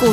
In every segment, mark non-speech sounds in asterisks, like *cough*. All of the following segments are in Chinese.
股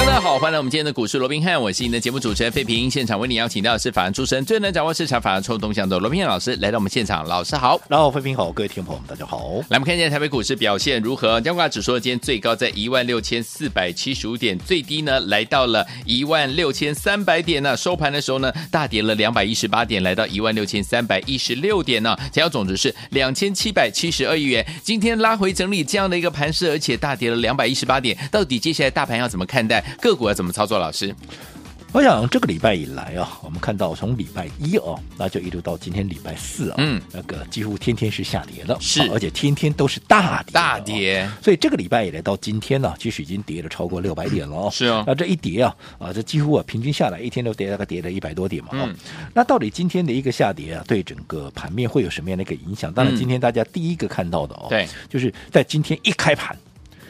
大家好，欢迎来我们今天的股市罗宾汉，我是您的节目主持人费平。现场为您邀请到的是法案出身、最能掌握市场法案冲动向的罗宾汉老师来到我们现场，老师好。然后，飞平好，各位听众朋友们，大家好。来，我们看一下台北股市表现如何？加挂指数今天最高在16,475点，最低呢来到了16,300点呢、收盘的时候呢，大跌了218点，来到16,316点呢、成交总值是2,772亿元。今天拉回整理这样的一个盘势，而且大跌了218点，到底接下来大盘要怎么看待？个股要怎么操作？老师，我想这个礼拜以来啊，我们看到从礼拜一哦，那就一路到今天礼拜四啊，嗯，那个几乎天天是下跌的，是啊而且天天都是大跌，啊大。跌所以这个礼拜以来到今天呢、其实已经跌了超过六百点了哦。是啊那这一跌啊，啊，这几乎啊，平均下来一天都跌大概跌了一百多点嘛。哦嗯那到底今天的一个下跌啊，对整个盘面会有什么样的一个影响？当然，嗯今天大家第一个看到的哦，对，就是在今天一开盘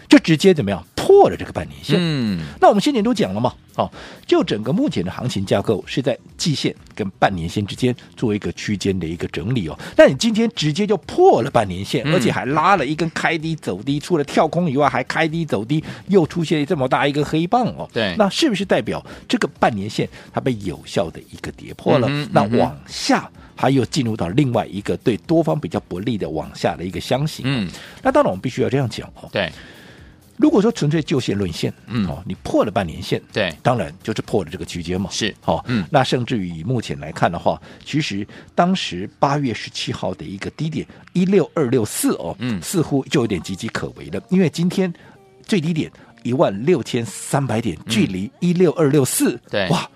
就直接怎么样破了这个半年线。嗯，那我们先前都讲了嘛，哦，就整个目前的行情架构是在季线跟半年线之间做一个区间的一个整理哦。那你今天直接就破了半年线，嗯而且还拉了一根开低走低，除了跳空以外，还开低走低，又出现这么大一个黑棒哦。对那是不是代表这个半年线它被有效的一个跌破了？嗯哼那嗯哼往下。它又进入到另外一个对多方比较不利的往下的一个箱型，嗯，那当然我们必须要这样讲哦，对如果说纯粹就线论线，嗯哦，你破了半年线，对当然就是破了这个区间嘛，是好、哦，嗯那甚至于以目前来看的话，其实当时八月十七号的一个低点一六二六四哦，嗯似乎就有点岌岌可危了，因为今天最低点一万六千三百点，距离一六二六四，嗯对哇。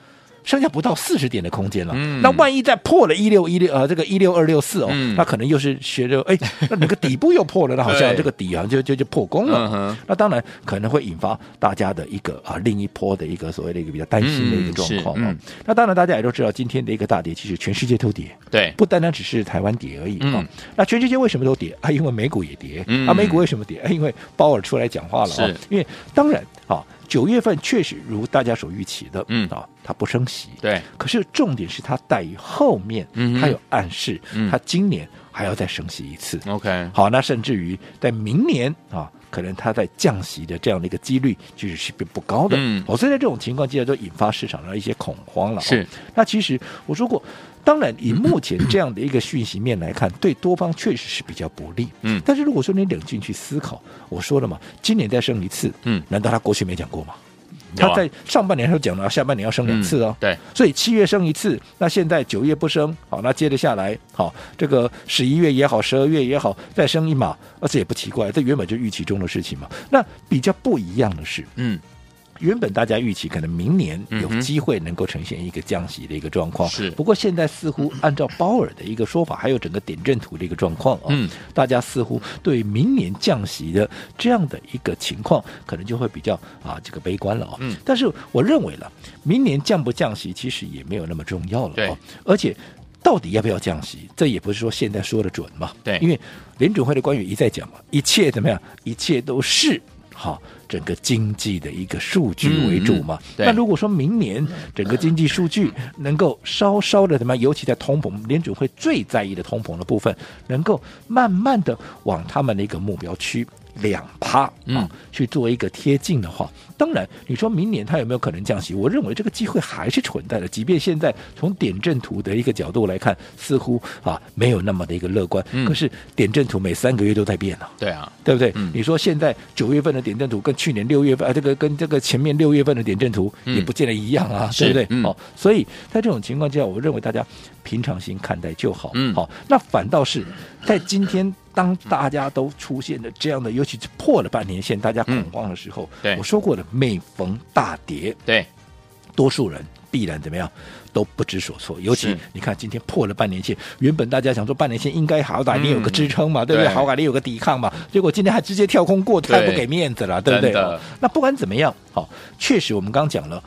剩下不到四十点的空间了，嗯那万一再破了一六一六呃这个一六二六四哦，嗯那可能又是学着哎，那那个底部又破了，那好像 *laughs* 对这个底啊就就就破功了嗯。哼那当然可能会引发大家的一个啊另一波的一个所谓的一个比较担心的一个嗯状况是啊、嗯那当然大家也都知道，今天的一个大跌，其实全世界都跌。对，不单单只是台湾跌而已啊、嗯那全世界为什么都跌啊？因为美股也跌、嗯啊，美股为什么跌？啊因为鲍尔出来讲话了啊、是因为当然啊，九月份确实如大家所预期的，嗯啊，它不升息，对，可是重点是它在于后面，嗯哼它有暗示嗯，它今年还要再升息一次， ，OK，好，那甚至于在明年啊，可能它在降息的这样的一个几率其实是并不高的。嗯哦，所以在这种情况之下，就引发市场的一些恐慌了、哦。是，那其实我说过，当然以目前这样的一个讯息面来看，对多方确实是比较不利。嗯但是如果说你冷静去思考，我说了嘛，今年再升一次，嗯难道他过去没讲过吗？有啊他在上半年的时候讲了，下半年要升两次哦嗯。对，所以七月升一次，那现在九月不升，好，那接着下来，好，这个十一月也好，十二月也好，再升一码，而这也不奇怪，这原本就预期中的事情嘛。那比较不一样的是，嗯，原本大家预期可能明年嗯有哼机会能够呈现一个降息的一个状况，是不过现在似乎按照鲍尔的一个说法，还有整个点阵图的一个状况啊、嗯大家似乎对明年降息的这样的一个情况，可能就会比较啊这个悲观了哦。嗯但是我认为了，明年降不降息其实也没有那么重要了、对哦，而且。到底要不要降息？这也不是说现在说的准嘛。对因为联准会的官员一再讲嘛，一切怎么样，一切都是好整个经济的一个数据为主嘛。嗯嗯对那如果说明年整个经济数据能够稍稍的怎么样，尤其在通膨，联准会最在意的通膨的部分，能够慢慢的往他们的一个目标区两趴嗯啊去做一个贴近的话，当然你说明年它有没有可能降息？我认为这个机会还是存在的，即便现在从点阵图的一个角度来看，似乎啊没有那么的一个乐观。嗯可是点阵图每三个月都在变啊。对啊，对不对？嗯你说现在九月份的点阵图跟去年六月份，呃，这个跟这个前面六月份的点阵图嗯也不见得一样啊，是对不对？嗯哦，所以在这种情况之下，我认为大家平常心看待就好。嗯好、那反倒是在今天。当大家都出现了这样的，尤其是破了半年线，大家恐慌的时候，嗯对我说过了，每逢大跌，对，多数人必然怎么样都不知所措。尤其是你看今天破了半年线，原本大家想说半年线应该好歹你有个支撑嘛，对不对？对好歹你有个抵抗嘛，结果今天还直接跳空过，对太不给面子了，对不对真？的哦那不管怎么样，好、确实我们刚讲了。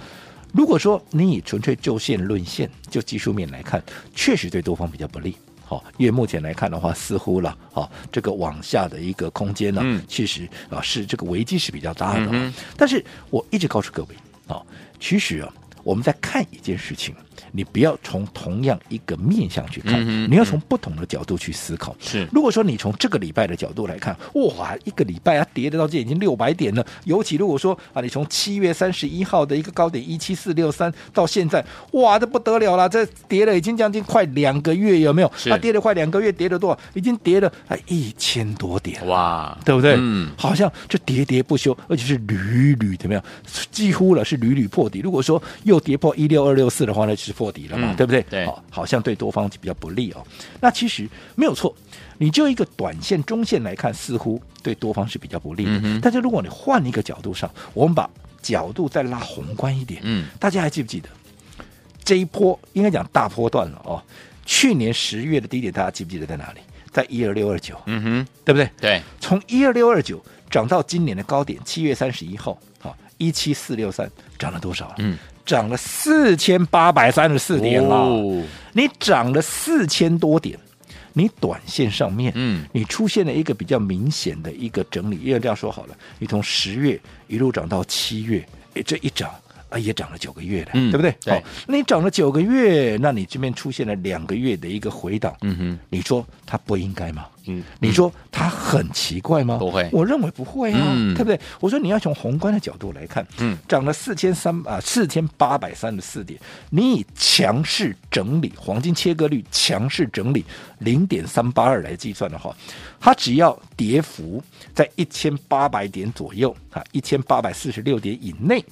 如果说你以纯粹就线论线，就技术面来看，确实对多方比较不利。好、因为目前来看的话，似乎了，好、这个往下的一个空间呢，嗯其实啊是这个危机是比较大的、嗯哼但是我一直告诉各位，啊、其实啊，我们在看一件事情，你不要从同样一个面向去看，嗯哼嗯你要从不同的角度去思考。是如果说你从这个礼拜的角度来看，哇，一个礼拜啊，跌得到这已经六百点了。尤其如果说啊，你从七月三十一号的一个高点一七四六三到现在，哇，这不得了了，这跌了已经将近快两个月，有没有？是啊，跌了快两个月，跌了多少？已经跌了啊一千多点了。哇， *laughs* 对不对？嗯，好像就喋喋不休，而且是屡屡怎么样，几乎了是屡屡破底。如果说又跌破一六二六四的话，那就是破底了嘛，嗯对不对？对好，好像对多方比较不利哦。那其实没有错，你就一个短线、中线来看，似乎对多方是比较不利的。嗯哼但是如果你换一个角度上，我们把角度再拉宏观一点，嗯，大家还记不记得这一波应该讲大波段了哦？去年十月的低点，大家记不记得在哪里？在一二六二九，嗯哼，对不对？对，从一二六二九涨到今年的高点七月三十一号，好一七四六三涨了多少了？嗯，涨了四千八百三十四点啊了。哦你涨了四千多点，你短线上面，嗯，你出现了一个比较明显的一个整理，因为这样说好了，你从十月一路涨到七月，哎，这一涨。啊，也涨了九个月了，嗯对不对？对好，那你涨了九个月，那你这边出现了两个月的一个回档，嗯哼，你说它不应该吗？嗯，你说它很奇怪吗？不会我认为不会啊，嗯对不对？我说你要从宏观的角度来看，嗯，涨了四千三啊，四千八百三十四点，你以强势整理黄金切割率强势整理零点三八二来计算的话，它只要跌幅在一千八百点左右啊，一千八百四十六点以内。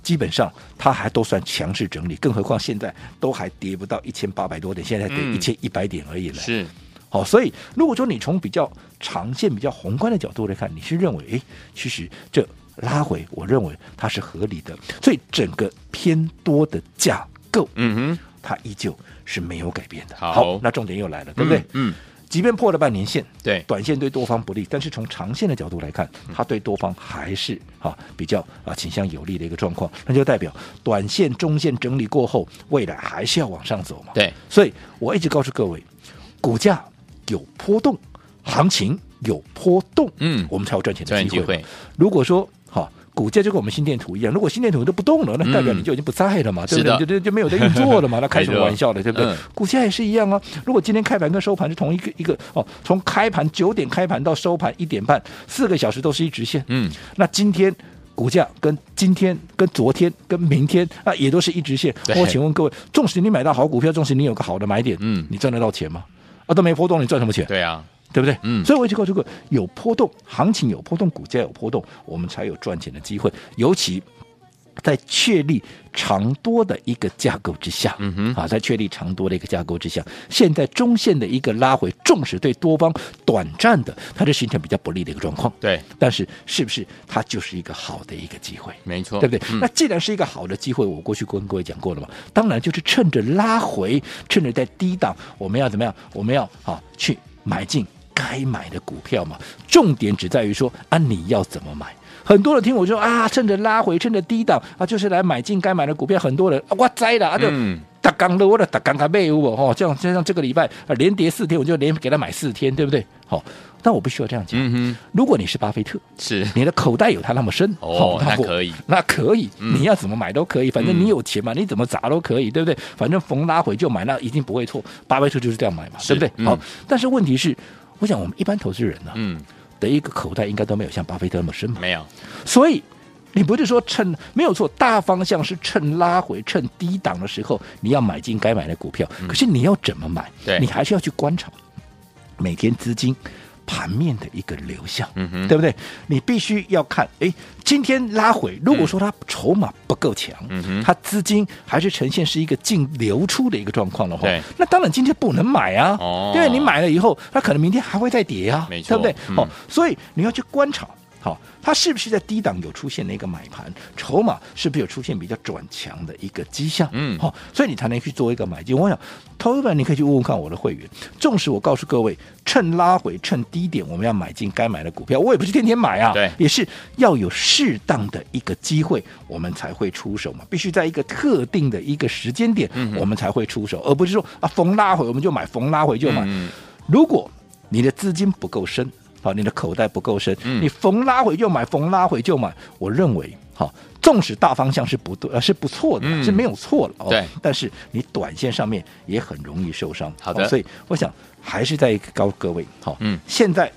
基本上它还都算强势整理，更何况现在都还跌不到一千八百多点，现在跌一嗯千一百点而已了。是，好，所以如果说你从比较长线、比较宏观的角度来看，你是认为，诶，其实这拉回，我认为它是合理的，所以整个偏多的架构，嗯哼，它依旧是没有改变的。好那重点又来了，对不对？嗯嗯即便破了半年线，对嗯短线对多方不利，但是从长线的角度来看，它对多方还是啊比较啊倾向有利的一个状况，那就代表短线、中线整理过后，未来还是要往上走嘛。对，所以我一直告诉各位，股价有波动，行情有波动，嗯我们才有赚钱赚的钱机会嘛。机会如果说好、股价就跟我们心电图一样，如果心电图都不动了，那代表嗯你就已经不在了嘛，对是不的对？你就就就没有在运作了嘛，那开什没么错玩笑的，对不对？嗯股价也是一样啊。如果今天开盘跟收盘是同一个一个哦，从开盘九点开盘到收盘一点半，四个小时都是一直线。嗯，那今天股价跟今天、跟昨天、跟明天啊，也都是一直线。对我请问各位，纵使你买到好股票，纵使你有个好的买点，嗯你赚得到钱吗？啊，都没波动，你赚什么钱？对啊，对不对？嗯所以我一直告诉各位，有波动，行情有波动，股价有波动，我们才有赚钱的机会。尤其在确立长多的一个架构之下，嗯哼啊，在确立长多的一个架构之下，现在中线的一个拉回，纵使对多方短暂的，它是形成比较不利的一个状况，对，但是是不是它就是一个好的一个机会？没错，对不对？嗯那既然是一个好的机会，我过去跟各位讲过了嘛，当然就是趁着拉回，趁着在低档，我们要怎么样？我们要好去买进该买的股票嘛。重点只在于说啊，你要怎么买？很多人听我说啊，趁着拉回，趁着低档啊，就是来买进该买的股票。很多人啊，我栽了啊，就嗯打刚的，我的打刚他背我哦，这样就像这个礼拜啊，连跌四天，我就连给他买四天，对不对？好、但我不需要这样讲。嗯如果你是巴菲特，哼，是，你的口袋有它那么深，哦好那我可以 *laughs* 那可以，嗯你要怎么买都可以，反正嗯你有钱嘛，你怎么砸都可以，对不对？反正逢拉回就买，那一定不会错。巴菲特就是这样买嘛，是对不对？嗯好，但是问题是，我想我们一般投资人呢、嗯，的一个口袋应该都没有像巴菲特那么深嘛，没有，所以。你不是说趁没有错，大方向是趁拉回、趁低档的时候，你要买进该买的股票。可是你要怎么买？嗯对你还是要去观察每天资金盘面的一个流向。嗯哼，对不对？你必须要看，哎，今天拉回，如果说它筹码不够强，嗯哼它资金还是呈现是一个净流出的一个状况的话对，那当然今天不能买啊，哦对，你买了以后，它可能明天还会再跌啊没，错对不对？嗯哦，所以你要去观察。好，它是不是在低档有出现了一个买盘？筹码是不是有出现比较转强的一个迹象？嗯好、所以你才能去做一个买进。我想，投资们你可以去问问看我的会员。纵使我告诉各位，趁拉回、趁低点，我们要买进该买的股票，我也不是天天买啊，对也是要有适当的一个机会，我们才会出手嘛。必须在一个特定的一个时间点，嗯我们才会出手，而不是说啊逢拉回我们就买，逢拉回就买。嗯如果你的资金不够深，好，你的口袋不够深，嗯你逢拉回就买，逢拉回就买，我认为好。纵使大方向是不对，呃，是不错的，嗯是没有错了哦。对但是你短线上面也很容易受伤。哦好的所以我想还是在告各位，好、嗯现在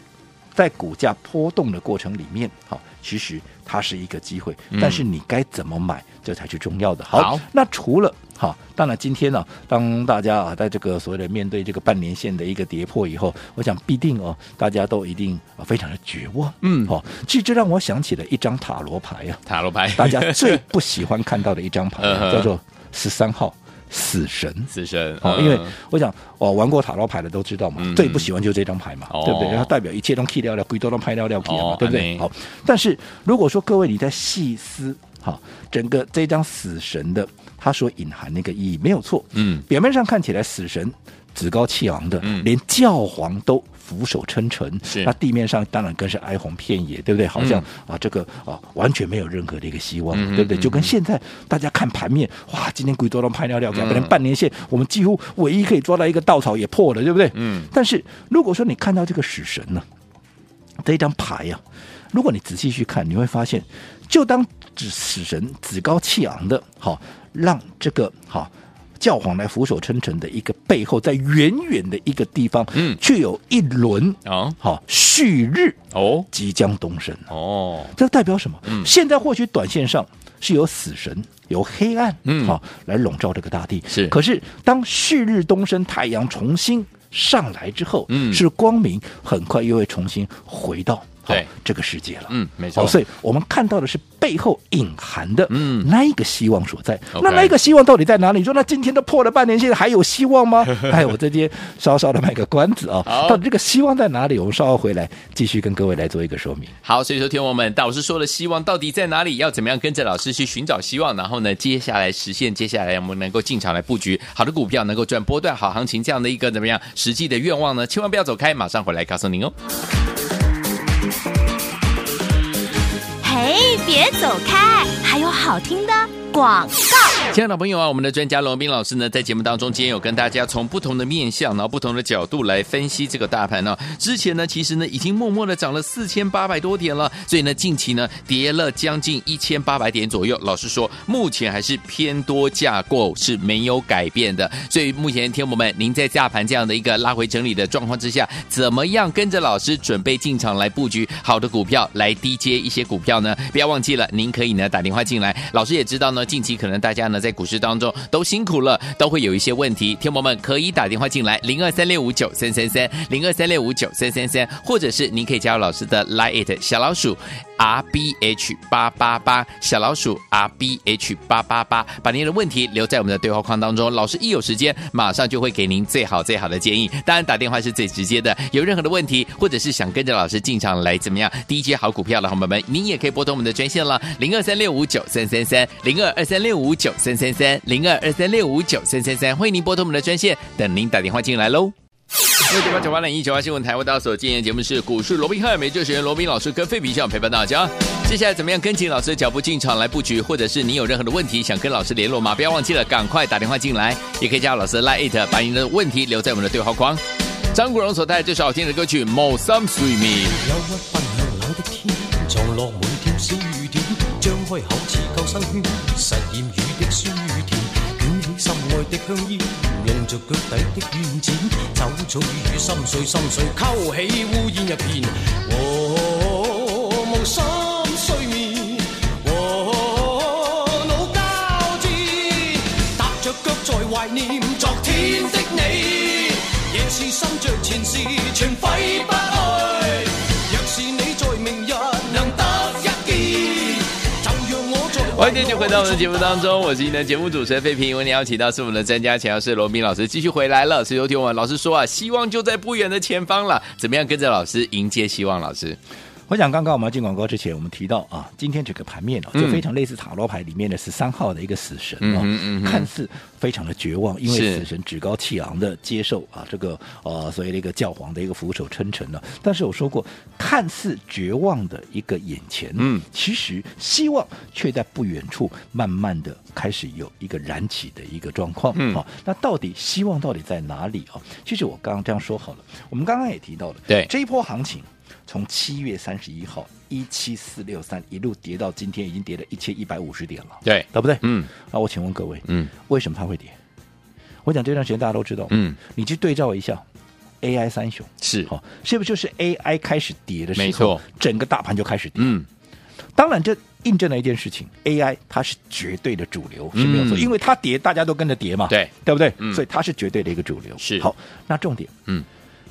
在股价波动的过程里面，好、其实它是一个机会，嗯但是你该怎么买，这才是重要的。好那除了好，当然今天呢、当大家啊在这个所谓的面对这个半年线的一个跌破以后，我想必定哦，大家都一定啊非常的绝望。嗯好、其实这让我想起了一张塔罗牌啊，塔罗牌，大家最不喜欢看到的一张牌 *laughs* 啊、嗯哼叫做十三号死神。 *laughs* 死神，哦，嗯因为我想，哦，玩过塔罗牌的都知道嘛，嗯最不喜欢就是这张牌嘛，哦对不对？然后代表一切都 key 掉了，鬼都都拍掉掉 key 了嘛，哦对不安对？妮好，但是如果说各位你在细思，好，整个这张死神的它所隐含的一个意义没有错，嗯表面上看起来死神趾高气昂的，嗯连教皇都俯首称臣，是嗯那地面上当然更是哀鸿遍野，对不对？好像、啊，这个啊完全没有任何的一个希望，嗯哼对不对？嗯哼就跟现在大家看盘面，哇，今天鬼多龙拍尿嗯尿，改变半年线，我们几乎唯一可以抓到一个稻草也破了，对不对？嗯但是如果说你看到这个死神呢、这一张牌呀、如果你仔细去看，你会发现，就当指死神趾高气昂的，好、让这个好、教皇来俯首称臣的一个背后，在远远的一个地方，嗯却有一轮哦好、旭日哦即将东升啊哦，这代表什么？嗯现在或许短线上是有死神、有黑暗，嗯好、来笼罩这个大地。是可是当旭日东升，太阳重新上来之后，嗯是光明很快又会重新回到好对这个世界了。嗯，没好、错，所以我们看到的是背后隐含的嗯那一个希望所在。 OK 那那一个希望到底在哪里？你说那今天都破了半年，现在还有希望 *laughs* 吗？哎，我这边稍稍的卖个关子啊、好到底这个希望在哪里？我们稍后回来继续跟各位来做一个说明。好，所以说，听我们，导师说的希望到底在哪里？要怎么样跟着老师去寻找希望？然后呢，接下来实现，接下来我们能够进场来布局好的股票，能够赚波段好行情这样的一个怎么样实际的愿望呢？千万不要走开，马上回来告诉您哦。嘿，别走开，还有好听的广告。亲爱的朋友啊，我们的专家龙斌老师呢，在节目当中今天有跟大家从不同的面向，然后不同的角度来分析这个大盘呢、啊之前呢，其实呢已经默默的涨了四千八百多点了，所以呢近期呢跌了将近一千八百点左右。老实说，目前还是偏多架构是没有改变的。所以目前天友们，您在大盘这样的一个拉回整理的状况之下，怎么样跟着老师准备进场来布局好的股票，来低接一些股票呢？不要忘记了，您可以呢打电话进来。老师也知道呢，近期可能大家呢在股市当中都辛苦了，都会有一些问题。天友们可以打电话进来，零二三六五九三三三，零二三六五九三三三，或者是您可以加入老师的 Line it 小老鼠 R B H 八八八小老鼠 R B H 八八八，把您的问题留在我们的对话框当中，老师一有时间马上就会给您最好最好的建议。当然打电话是最直接的，有任何的问题或者是想跟着老师进场来怎么样低阶好股票的好朋友们，您也可以拨通我们的专线了，零二三六五九三三三，零二二三六五九三三三，零二二三六五九三三三，欢迎您拨通我们的专线，等您打电话进来喽。六九八九八零一九八新闻台，为大家所进行的节目是股市罗宾汉，每周学员罗宾老师跟费皮相陪伴大家。接下来怎么样跟紧老师的脚步进场来布局，或者是你有任何的问题想跟老师联络吗？不要忘记了，赶快打电话进来，也可以加入老师的 Line it，把您的问题留在我们的对话框。张国荣所带来这首好听的歌曲《Mo Some Sweet Me》。有一份向冷的天，撞落每條小雨點，張開口似救生圈，實驗雨的酸與甜，捲起心愛的香煙，用着腳底的軟墊，走早與雨心碎心碎，勾起烏煙一片。我無心睡眠，我腦交戰，踏着腳在懷念昨天的你，夜是心着前事，全揮不去。若是你在明日能得一見，就讓我在懷欢內迎继续回到我们的节目当中，我是您的节目主持人费平。为您邀请到是我们的专家，钱老师罗斌老师继续回来了。所以有听我们老师说啊，希望就在不远的前方了，怎么样跟着老师迎接希望？老师，我想刚刚我们要进广告之前，我们提到啊，今天这个盘面哦，就嗯非常类似塔罗牌里面的十三号的一个死神嗯哦，哼嗯哼看似非常的绝望，因是为死神趾高气昂的接受啊这个呃所谓的一个教皇的一个俯首称臣呢。但是我说过，看似绝望的一个眼前，嗯，其实希望却在不远处慢慢的开始有一个燃起的一个状况。嗯好、那到底希望到底在哪里啊、哦？其实我刚刚这样说好了，我们刚刚也提到了，对这一波行情。从七月三十一号一七四六三一路跌到今天，已经跌了一千一百五十点了，对，对不对？嗯那我请问各位，嗯为什么它会跌？我讲这段时间大家都知道，嗯，你去对照一下 AI 三雄，是，好、是不是就是 AI 开始跌的时候，没错，整个大盘就开始跌？嗯当然，这印证了一件事情，AI 它是绝对的主流，是没有错，嗯因为它跌，大家都跟着跌嘛，对对不对？嗯所以它是绝对的一个主流。是好，那重点，嗯，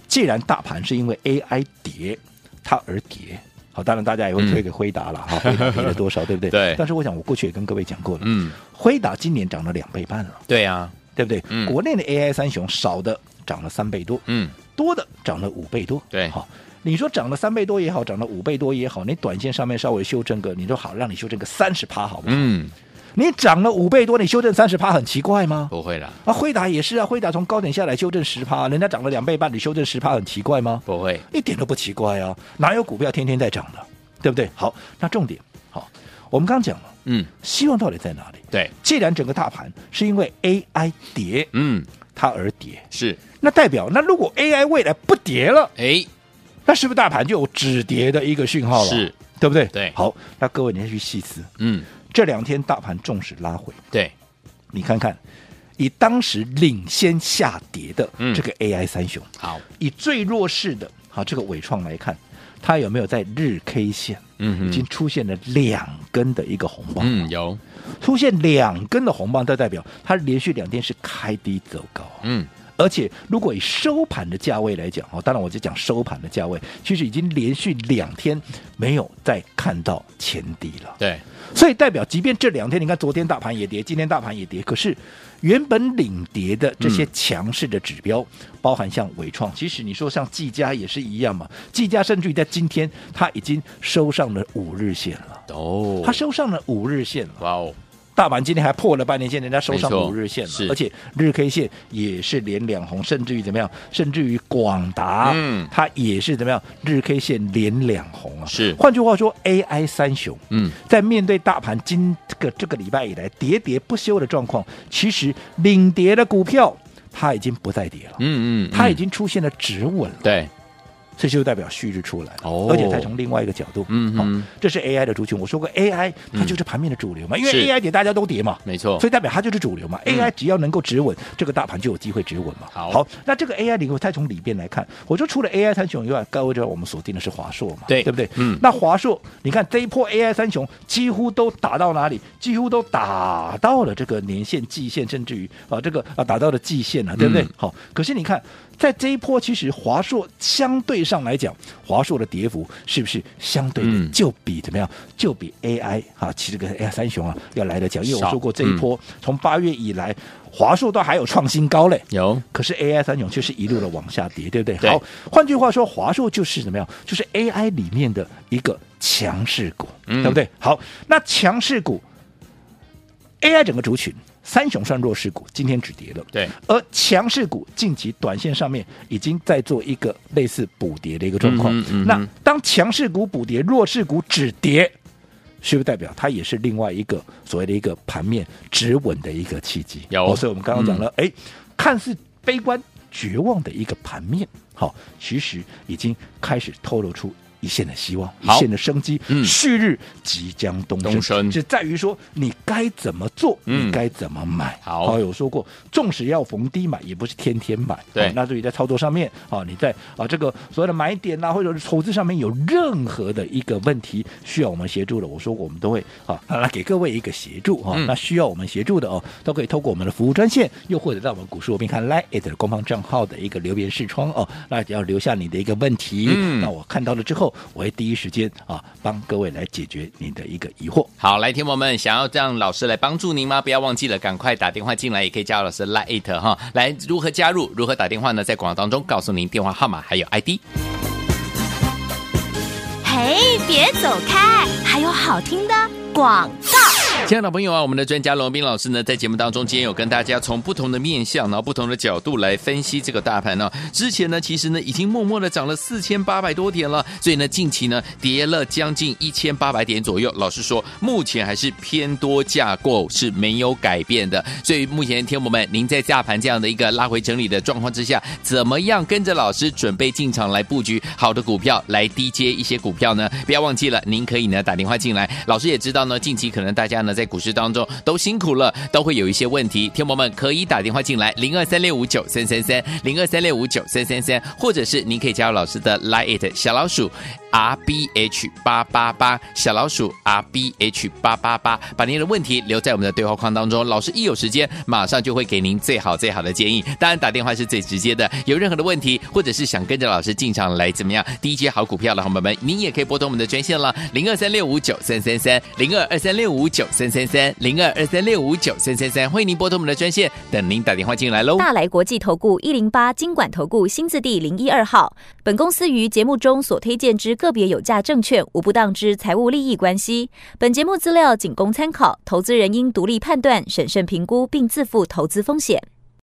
既然大盘是因为 AI 跌，它而跌。好，当然大家也会推给辉达了哈，辉达跌了多少，对不对？嗯 *laughs* 对但是我想，我过去也跟各位讲过了，嗯，辉达今年涨了两倍半了，对啊，对不对？嗯国内的 AI 三雄少的涨了三倍多，嗯多的涨了五倍多，对好。你说涨了三倍多也好，涨了五倍多也好，你短线上面稍微修正个，你说好，让你修正个三十趴，好不好？嗯，你涨了五倍多，你修正三十趴，很奇怪吗？不会啦，啊，辉达也是啊，辉达从高点下来修正十趴，人家涨了两倍半，你修正十趴，很奇怪吗？不会，一点都不奇怪啊，哪有股票天天在涨的，对不对？好，那重点，好，我们刚讲了，嗯，希望到底在哪里？对，既然整个大盘是因为 AI 跌，嗯，它而跌，是，那代表那如果 AI 未来不跌了，哎，那是不是大盘就有止跌的一个讯号了？是，对不对？对好，那各位你要去细思，嗯，这两天大盘纵使拉回，对，你看看，以当时领先下跌的嗯这个 AI 三雄，好，以最弱势的好这个伟创来看，它有没有在日 K 线？嗯哼已经出现了两根的一个红棒，嗯，有，出现两根的红棒，这代表它连续两天是开低走高啊、嗯，而且，如果以收盘的价位来讲，哦，当然我就讲收盘的价位，其实已经连续两天没有再看到前低了。对，所以代表，即便这两天，你看昨天大盘也跌，今天大盘也跌，可是原本领跌的这些强势的指标，包含像伟创，其实你说像技嘉也是一样嘛，技嘉甚至于在今天它已经收上了五日线了，哦它，收上了五日线了。哇哦，大盘今天还破了半年线，人家收上没错五日线了是，而且日 K 线也是连两红，甚至于怎么样？甚至于广达，嗯它也是怎么样？日 K 线连两红啊！是换句话说，AI 三雄，嗯，在面对大盘今这个这个礼拜以来喋喋不休的状况，其实领跌的股票它已经不再跌了，嗯嗯，它已嗯，经出现了止稳了，对，这就代表旭日出来了，哦而且它从另外一个角度，嗯好嗯，这是 AI 的族群。我说过 AI 它就是盘面的主流嘛，因为是 AI 跌大家都跌嘛，没错所以代表它就是主流嘛。嗯 AI 只要能够止稳，这个大盘就有机会止稳嘛。好那这个 AI 里头，它从里边来看，我说除了 AI 三雄以外，各位知道我们锁定的是华硕嘛，对对不对？嗯那华硕，你看这一波 AI 三雄几乎都打到哪里？几乎都打到了这个年线、季线，甚至于啊这个啊打到了季线了、对不对？嗯好，可是你看在这一波，其实华硕相对上来讲，华硕的跌幅是不是相对的嗯就比怎么样？就比 AI 啊，其实这个 AI 三雄啊要来的强，因为少嗯我说过这一波、从八月以来，华硕都还有创新高嘞。有，可是 AI 三雄却是一路的往下跌，对不对？嗯对好，换句话说，华硕就是怎么样？就是 AI 里面的一个强势股，嗯对不对？好，那强势股 AI 整个族群，三雄算弱势股，今天止跌了。对，而强势股近期短线上面已经在做一个类似补跌的一个状况。嗯哼嗯哼那当强势股补跌，弱势股止跌，是不是代表它也是另外一个所谓的一个盘面止稳的一个契机？有哦所以我们刚刚讲了，哎、看似悲观绝望的一个盘面，好、其实已经开始透露出。一线的希望，一好线的生机，嗯旭日即将东升，东升只在于说你该怎么做，嗯你该怎么买。好有说过，纵使要逢低买，也不是天天买。对好那对于在操作上面，啊，你在啊这个所谓的买点啊，或者是投资上面有任何的一个问题需要我们协助的，我说过我们都会啊来给各位一个协助啊。嗯那需要我们协助的哦，都可以透过我们的服务专线，又或者在我们股市罗宾看 Line 的官方账号的一个留言视窗哦，那只要留下你的一个问题，嗯那我看到了之后，我会第一时间啊帮各位来解决你的一个疑惑。好，来，听众朋友们，想要让老师来帮助您吗？不要忘记了，赶快打电话进来，也可以加入老师 Lite 哈。来，如何加入？如何打电话呢？在广告当中告诉您电话号码还有 ID。嘿，别走开，还有好听的广告。亲爱的朋友啊，我们的专家龙斌老师呢，在节目当中今天有跟大家从不同的面向，然后不同的角度来分析这个大盘呢、之前呢，其实呢已经默默的涨了四千八百多点了，所以呢近期呢跌了将近一千八百点左右。老实说，目前还是偏多架构是没有改变的。所以目前天友们，您在大盘这样的一个拉回整理的状况之下，怎么样跟着老师准备进场来布局好的股票，来低接一些股票呢？不要忘记了，您可以呢打电话进来。老师也知道呢，近期可能大家呢在股市当中都辛苦了，都会有一些问题。天友们可以打电话进来，零二三六五九三三三，零二三六五九三三三，或者是您可以加入老师的 Line it 小老鼠 R B H 八八八，小老鼠 R B H 八八八，把您的问题留在我们的对话框当中，老师一有时间马上就会给您最好最好的建议。当然打电话是最直接的，有任何的问题或者是想跟着老师进场来怎么样低阶好股票的好朋友们，您也可以拨通我们的专线了，零二三六五九三三三，零二二三六五九三三三，零二二三六五九三三三，欢迎您拨通我们的专线，等您打电话进来喽。大来国际投顾一零八金管投顾新字第零一二号。本公司于节目中所推荐之个别有价证券，无不当之财务利益关系。本节目资料仅供参考，投资人应独立判断、审慎评估，并自负投资风险。